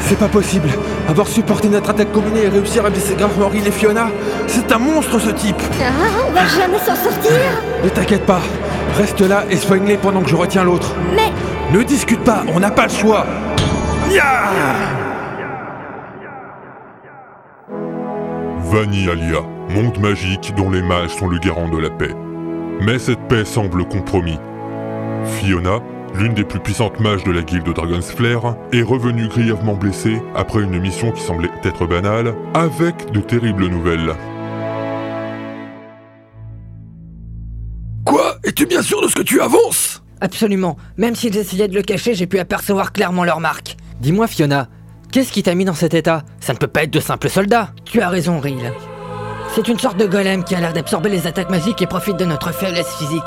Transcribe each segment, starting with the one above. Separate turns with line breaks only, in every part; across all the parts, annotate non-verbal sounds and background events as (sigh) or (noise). C'est pas possible. Avoir supporté notre attaque combinée et réussir à blesser gravement Ril et Fiona, c'est un monstre ce type.
Ah, on va jamais s'en sortir
Ne t'inquiète pas. Reste là et soigne-les pendant que je retiens l'autre.
Mais
Ne discute pas, on n'a pas le choix. Ya
Vanialia, monde magique dont les mages sont le garant de la paix. Mais cette paix semble compromise. Fiona, l'une des plus puissantes mages de la guilde Dragon's Flair, est revenue grièvement blessée après une mission qui semblait être banale, avec de terribles nouvelles.
Quoi Es-tu bien sûr de ce que tu avances
Absolument. Même s'ils essayaient de le cacher, j'ai pu apercevoir clairement leur marque. Dis-moi, Fiona, qu'est-ce qui t'a mis dans cet état Ça ne peut pas être de simples soldats. Tu as raison, Ril. C'est une sorte de golem qui a l'air d'absorber les attaques magiques et profite de notre faiblesse physique.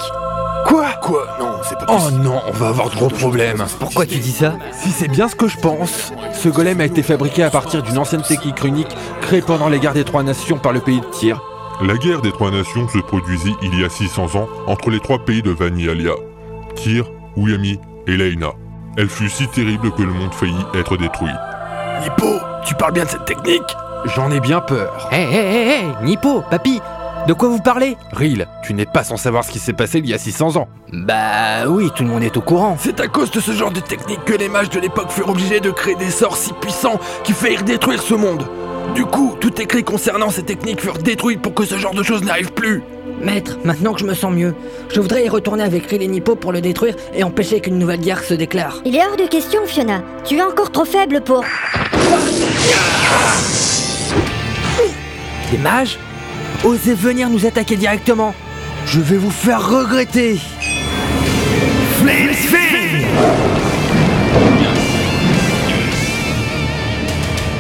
Quoi
Quoi Non, c'est pas
Oh
possible.
non, on va avoir de gros problèmes.
Pourquoi tu dis ça
Si c'est bien ce que je pense, ce golem a été fabriqué à partir d'une ancienne technique runique créée pendant les guerres des Trois Nations par le pays de Tyr.
La guerre des trois nations se produisit il y a 600 ans entre les trois pays de Vanialia, Tyr, Uyami et Leina. Elle fut si terrible que le monde faillit être détruit.
Hippo, tu parles bien de cette technique
J'en ai bien peur.
Hé, hé, hé, hé, Nippo, papy, de quoi vous parlez
Ril, tu n'es pas sans savoir ce qui s'est passé il y a 600 ans.
Bah oui, tout le monde est au courant.
C'est à cause de ce genre de technique que les mages de l'époque furent obligés de créer des sorts si puissants qui firent détruire ce monde. Du coup, tout écrit concernant ces techniques furent détruits pour que ce genre de choses n'arrive plus.
Maître, maintenant que je me sens mieux, je voudrais y retourner avec Ril et Nippo pour le détruire et empêcher qu'une nouvelle guerre se déclare.
il est hors de question, Fiona. Tu es encore trop faible pour.
Des mages Osez venir nous attaquer directement Je vais vous faire regretter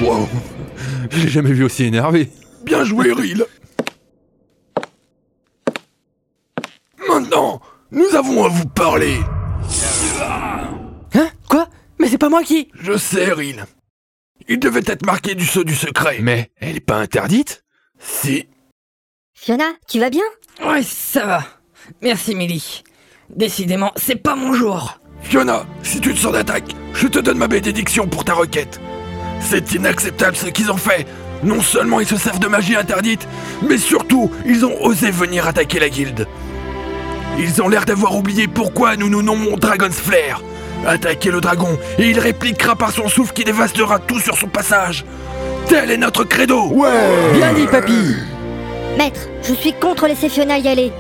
Wow. Je l'ai jamais vu aussi énervé.
Bien joué, Ril. Maintenant, nous avons à vous parler.
Hein Quoi Mais c'est pas moi qui
Je sais, Ril. Il devait être marqué du sceau du secret.
Mais elle est pas interdite
Si.
Fiona, tu vas bien
Ouais, ça va. Merci, Millie. Décidément, c'est pas mon jour.
Fiona, si tu te sens d'attaque, je te donne ma bénédiction pour ta requête. C'est inacceptable ce qu'ils ont fait. Non seulement ils se servent de magie interdite, mais surtout, ils ont osé venir attaquer la guilde. Ils ont l'air d'avoir oublié pourquoi nous nous nommons Dragon's Flair. Attaquez le dragon, et il répliquera par son souffle qui dévastera tout sur son passage. Tel est notre credo
Bien dit, papy
Maître, je suis contre laisser Fiona y aller.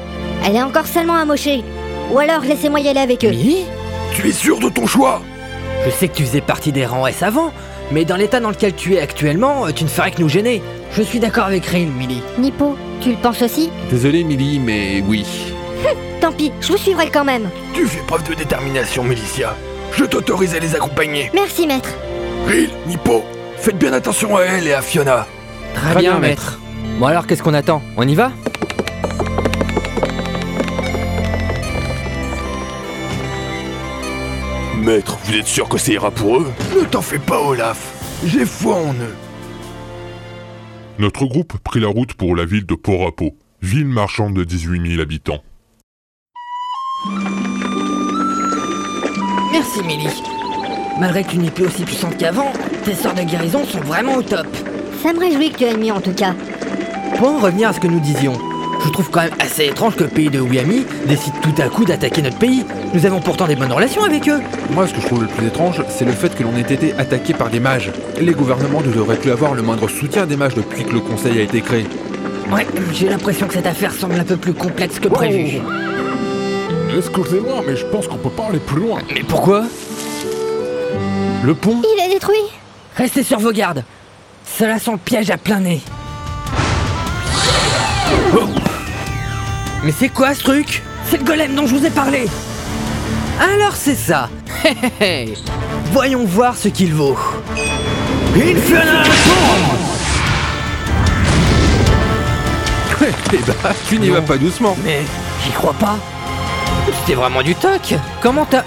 Elle est encore seulement amochée. Ou alors laissez-moi y aller avec eux.
Millie
Tu es sûr de ton choix
Je sais que tu faisais partie des rangs S avant, mais dans l'état dans lequel tu es actuellement, euh, tu ne ferais que nous gêner. Je suis d'accord avec Ril, Millie.
Nippo, tu le penses aussi
Désolé, Millie, mais oui.
Tant pis, je vous suivrai quand même.
Tu fais preuve de détermination, Mélicia. Je t'autorise à les accompagner.
Merci, maître.
Ril, Nippo, faites bien attention à elle et à Fiona.
Très, bien, maître. Bon alors, qu'est-ce qu'on attend On y va
Maître, vous êtes sûr que ça ira pour eux Ne t'en fais pas, Olaf. J'ai foi en eux.
Notre groupe prit la route pour la ville de Porapo, ville marchande de 18 000 habitants.
Merci, Millie. Malgré que tu n'es plus aussi puissante qu'avant, tes sorts de guérison sont vraiment au top.
Ça me réjouit que tu aies mis en tout cas.
Pour en revenir à ce que nous disions, je trouve quand même assez étrange que le pays de Uyami décide tout à coup d'attaquer notre pays. Nous avons pourtant des bonnes relations avec eux.
Moi, ce que je trouve le plus étrange, c'est le fait que l'on ait été attaqué par des mages. Les gouvernements ne devraient plus avoir le moindre soutien des mages depuis que le conseil a été créé.
Ouais, j'ai l'impression que cette affaire semble un peu plus complexe que prévu.
Excusez-moi, mais je pense qu'on peut pas aller plus loin.
Mais pourquoi
Le pont
Il est détruit
Restez sur vos gardes. Cela sent le piège à plein nez. Mais c'est quoi ce truc C'est le golem dont je vous ai parlé. Alors c'est ça. (laughs) Hé, hé, hé. Voyons voir ce qu'il vaut. Une
Eh bah, tu n'y vas pas doucement.
Mais j'y crois pas. C'était vraiment du toc. Comment t'as.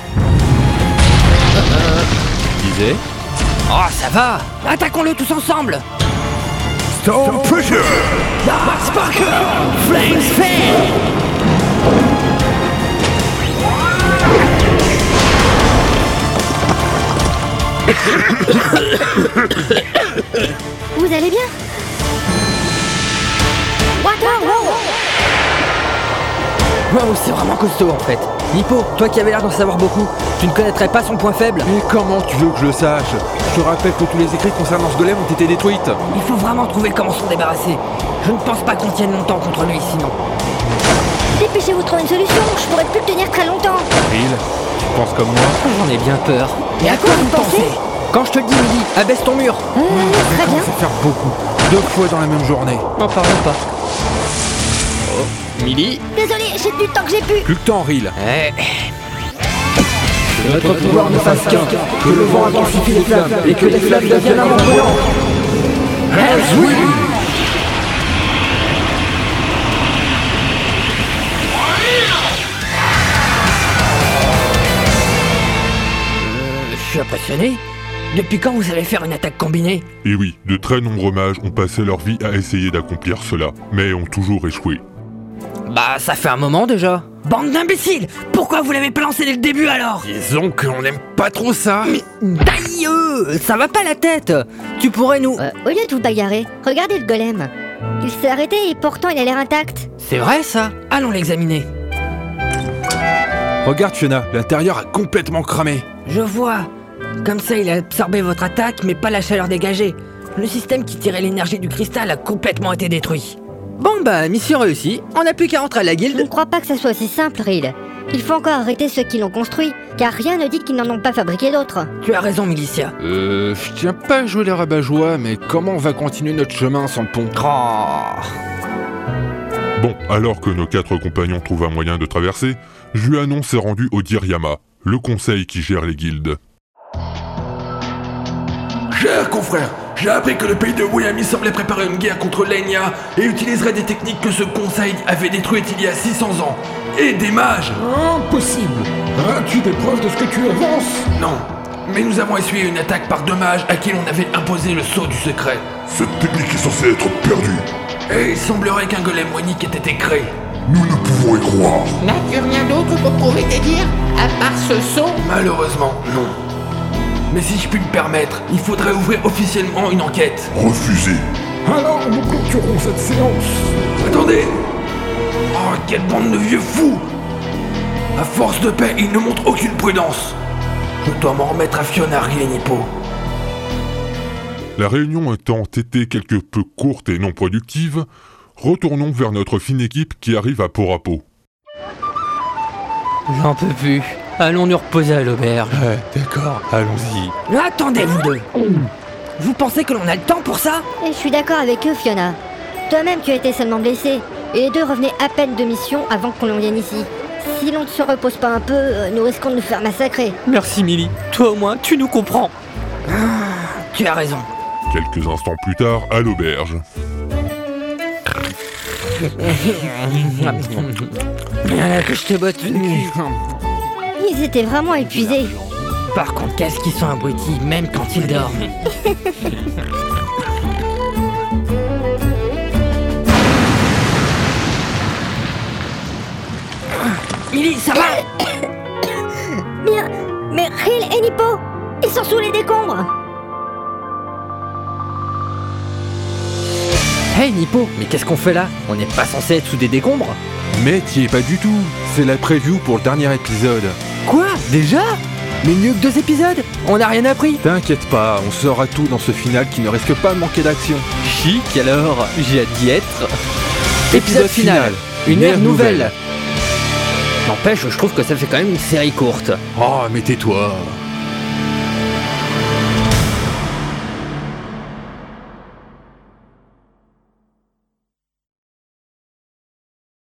Disais.
Oh, ça va Attaquons-le tous ensemble Dark Sparker Ah, Flames Fade
Vous allez bien Water, wow
Waouh, c'est vraiment costaud en fait. Nippo, toi qui avais l'air d'en savoir beaucoup, tu ne connaîtrais pas son point faible
Mais comment tu veux que je le sache Je te rappelle que tous les écrits concernant ce golem ont été détruites.
Il faut vraiment trouver comment s'en débarrasser. Je ne pense pas qu'on tienne longtemps contre lui sinon.
Dépêchez-vous de trouver une solution, je pourrais plus le tenir très longtemps.
Phil, tu penses comme moi
Ah, J'en ai bien peur. Mais à
quoi vous pensez
Quand je te le dis, Lily, abaisse ton mur
Euh, très bien.
Ça faire beaucoup. Deux fois dans la même journée.
N'en parlons pas. Oh,
Millie
Désolé, j'ai tenu le temps que j'ai pu.
Plus que temps, Reel.
Eh,
Notre pouvoir ne fasse qu'un, que le vent intensifie les flammes et que les flammes deviennent un
Euh, je suis impressionné. Depuis quand vous allez faire une attaque combinée
Et oui, de très nombreux mages ont passé leur vie à essayer d'accomplir cela, mais ont toujours échoué.
Bah, ça fait un moment déjà. Bande d'imbéciles Pourquoi vous l'avez pas lancé dès le début alors
Disons qu'on n'aime pas trop ça.
Taille Ça va pas la tête Tu pourrais nous...
Euh, au lieu de vous bagarrer, regardez le golem. Il s'est arrêté et pourtant il a l'air intact.
C'est vrai ça Allons l'examiner.
Regarde, Fiona, l'intérieur a complètement cramé.
Je vois. Comme ça, il a absorbé votre attaque, mais pas la chaleur dégagée. Le système qui tirait l'énergie du cristal a complètement été détruit. Bon bah, mission réussie. On n'a plus qu'à rentrer à la
Je
guilde.
ne crois pas que ça soit aussi simple, Reel. Il faut encore arrêter ceux qui l'ont construit, car rien ne dit qu'ils n'en ont pas fabriqué d'autres.
Tu as raison, Milicia.
Euh, je tiens pas à jouer les rabat-joie, mais comment on va continuer notre chemin sans le pont
Bon, alors que nos quatre compagnons trouvent un moyen de traverser, Juanon s'est rendu au Diryama, le conseil qui gère les guildes.
Cher confrère, j'ai appris que le pays de Wuyami semblait préparer une guerre contre l'Enya et utiliserait des techniques que ce conseil avait détruites il y a 600 ans. Et des mages
Impossible As-tu des preuves de ce que tu avances
Non. Mais nous avons essuyé une attaque par deux mages à qui l'on avait imposé le sceau du secret.
Cette technique est censée être perdue.
Et il semblerait qu'un golem wanique ait été créé.
Nous ne pouvons y croire.
N'as-tu rien d'autre pour prouver tes dires, à part ce son
Malheureusement, non. Mais si je puis me permettre, il faudrait ouvrir officiellement une enquête.
Refusé.
Alors nous clôturons cette séance.
Attendez Oh, quelle bande de vieux fous À force de paix, ils ne montrent aucune prudence. Je dois m'en remettre à Fiona Rienipo.
La réunion étant été quelque peu courte et non productive, retournons vers notre fine équipe qui arrive à Porapo.
J'en peux plus. Allons nous reposer à l'auberge.
Ouais, d'accord, allons-y.
Attendez, vous deux Vous pensez que l'on a le temps pour ça
Et je suis d'accord avec eux, Fiona. Toi-même, tu as été seulement blessé, et les deux revenaient à peine de mission avant qu'on l'en vienne ici. Si l'on ne se repose pas un peu, euh, nous risquons de nous faire massacrer.
Merci, Millie. Toi au moins, tu nous comprends. Ah, tu as (laughs) raison.
Quelques instants plus tard, à l'auberge.
Bien que je te botte le cul.
Ils étaient vraiment épuisés.
Par contre, qu'est-ce qu'ils sont abrutis, même quand ils dorment (laughs) Millie, ça va
Bien, mais Ril et Nippo, ils sont sous les décombres.
Hey Nippo, mais qu'est-ce qu'on fait là On n'est pas censé être sous des décombres
Mais Eh, t'y es pas du tout. C'est la preview pour le dernier épisode.
Quoi Déjà Mais mieux que deux épisodes On n'a rien appris
T'inquiète pas, on saura tout dans ce final qui ne risque pas de manquer d'action.
Chic alors, j'ai hâte d'y être.
Épisode final, une ère nouvelle N'empêche, je trouve que ça fait quand même une série courte.
Oh, mais tais-toi.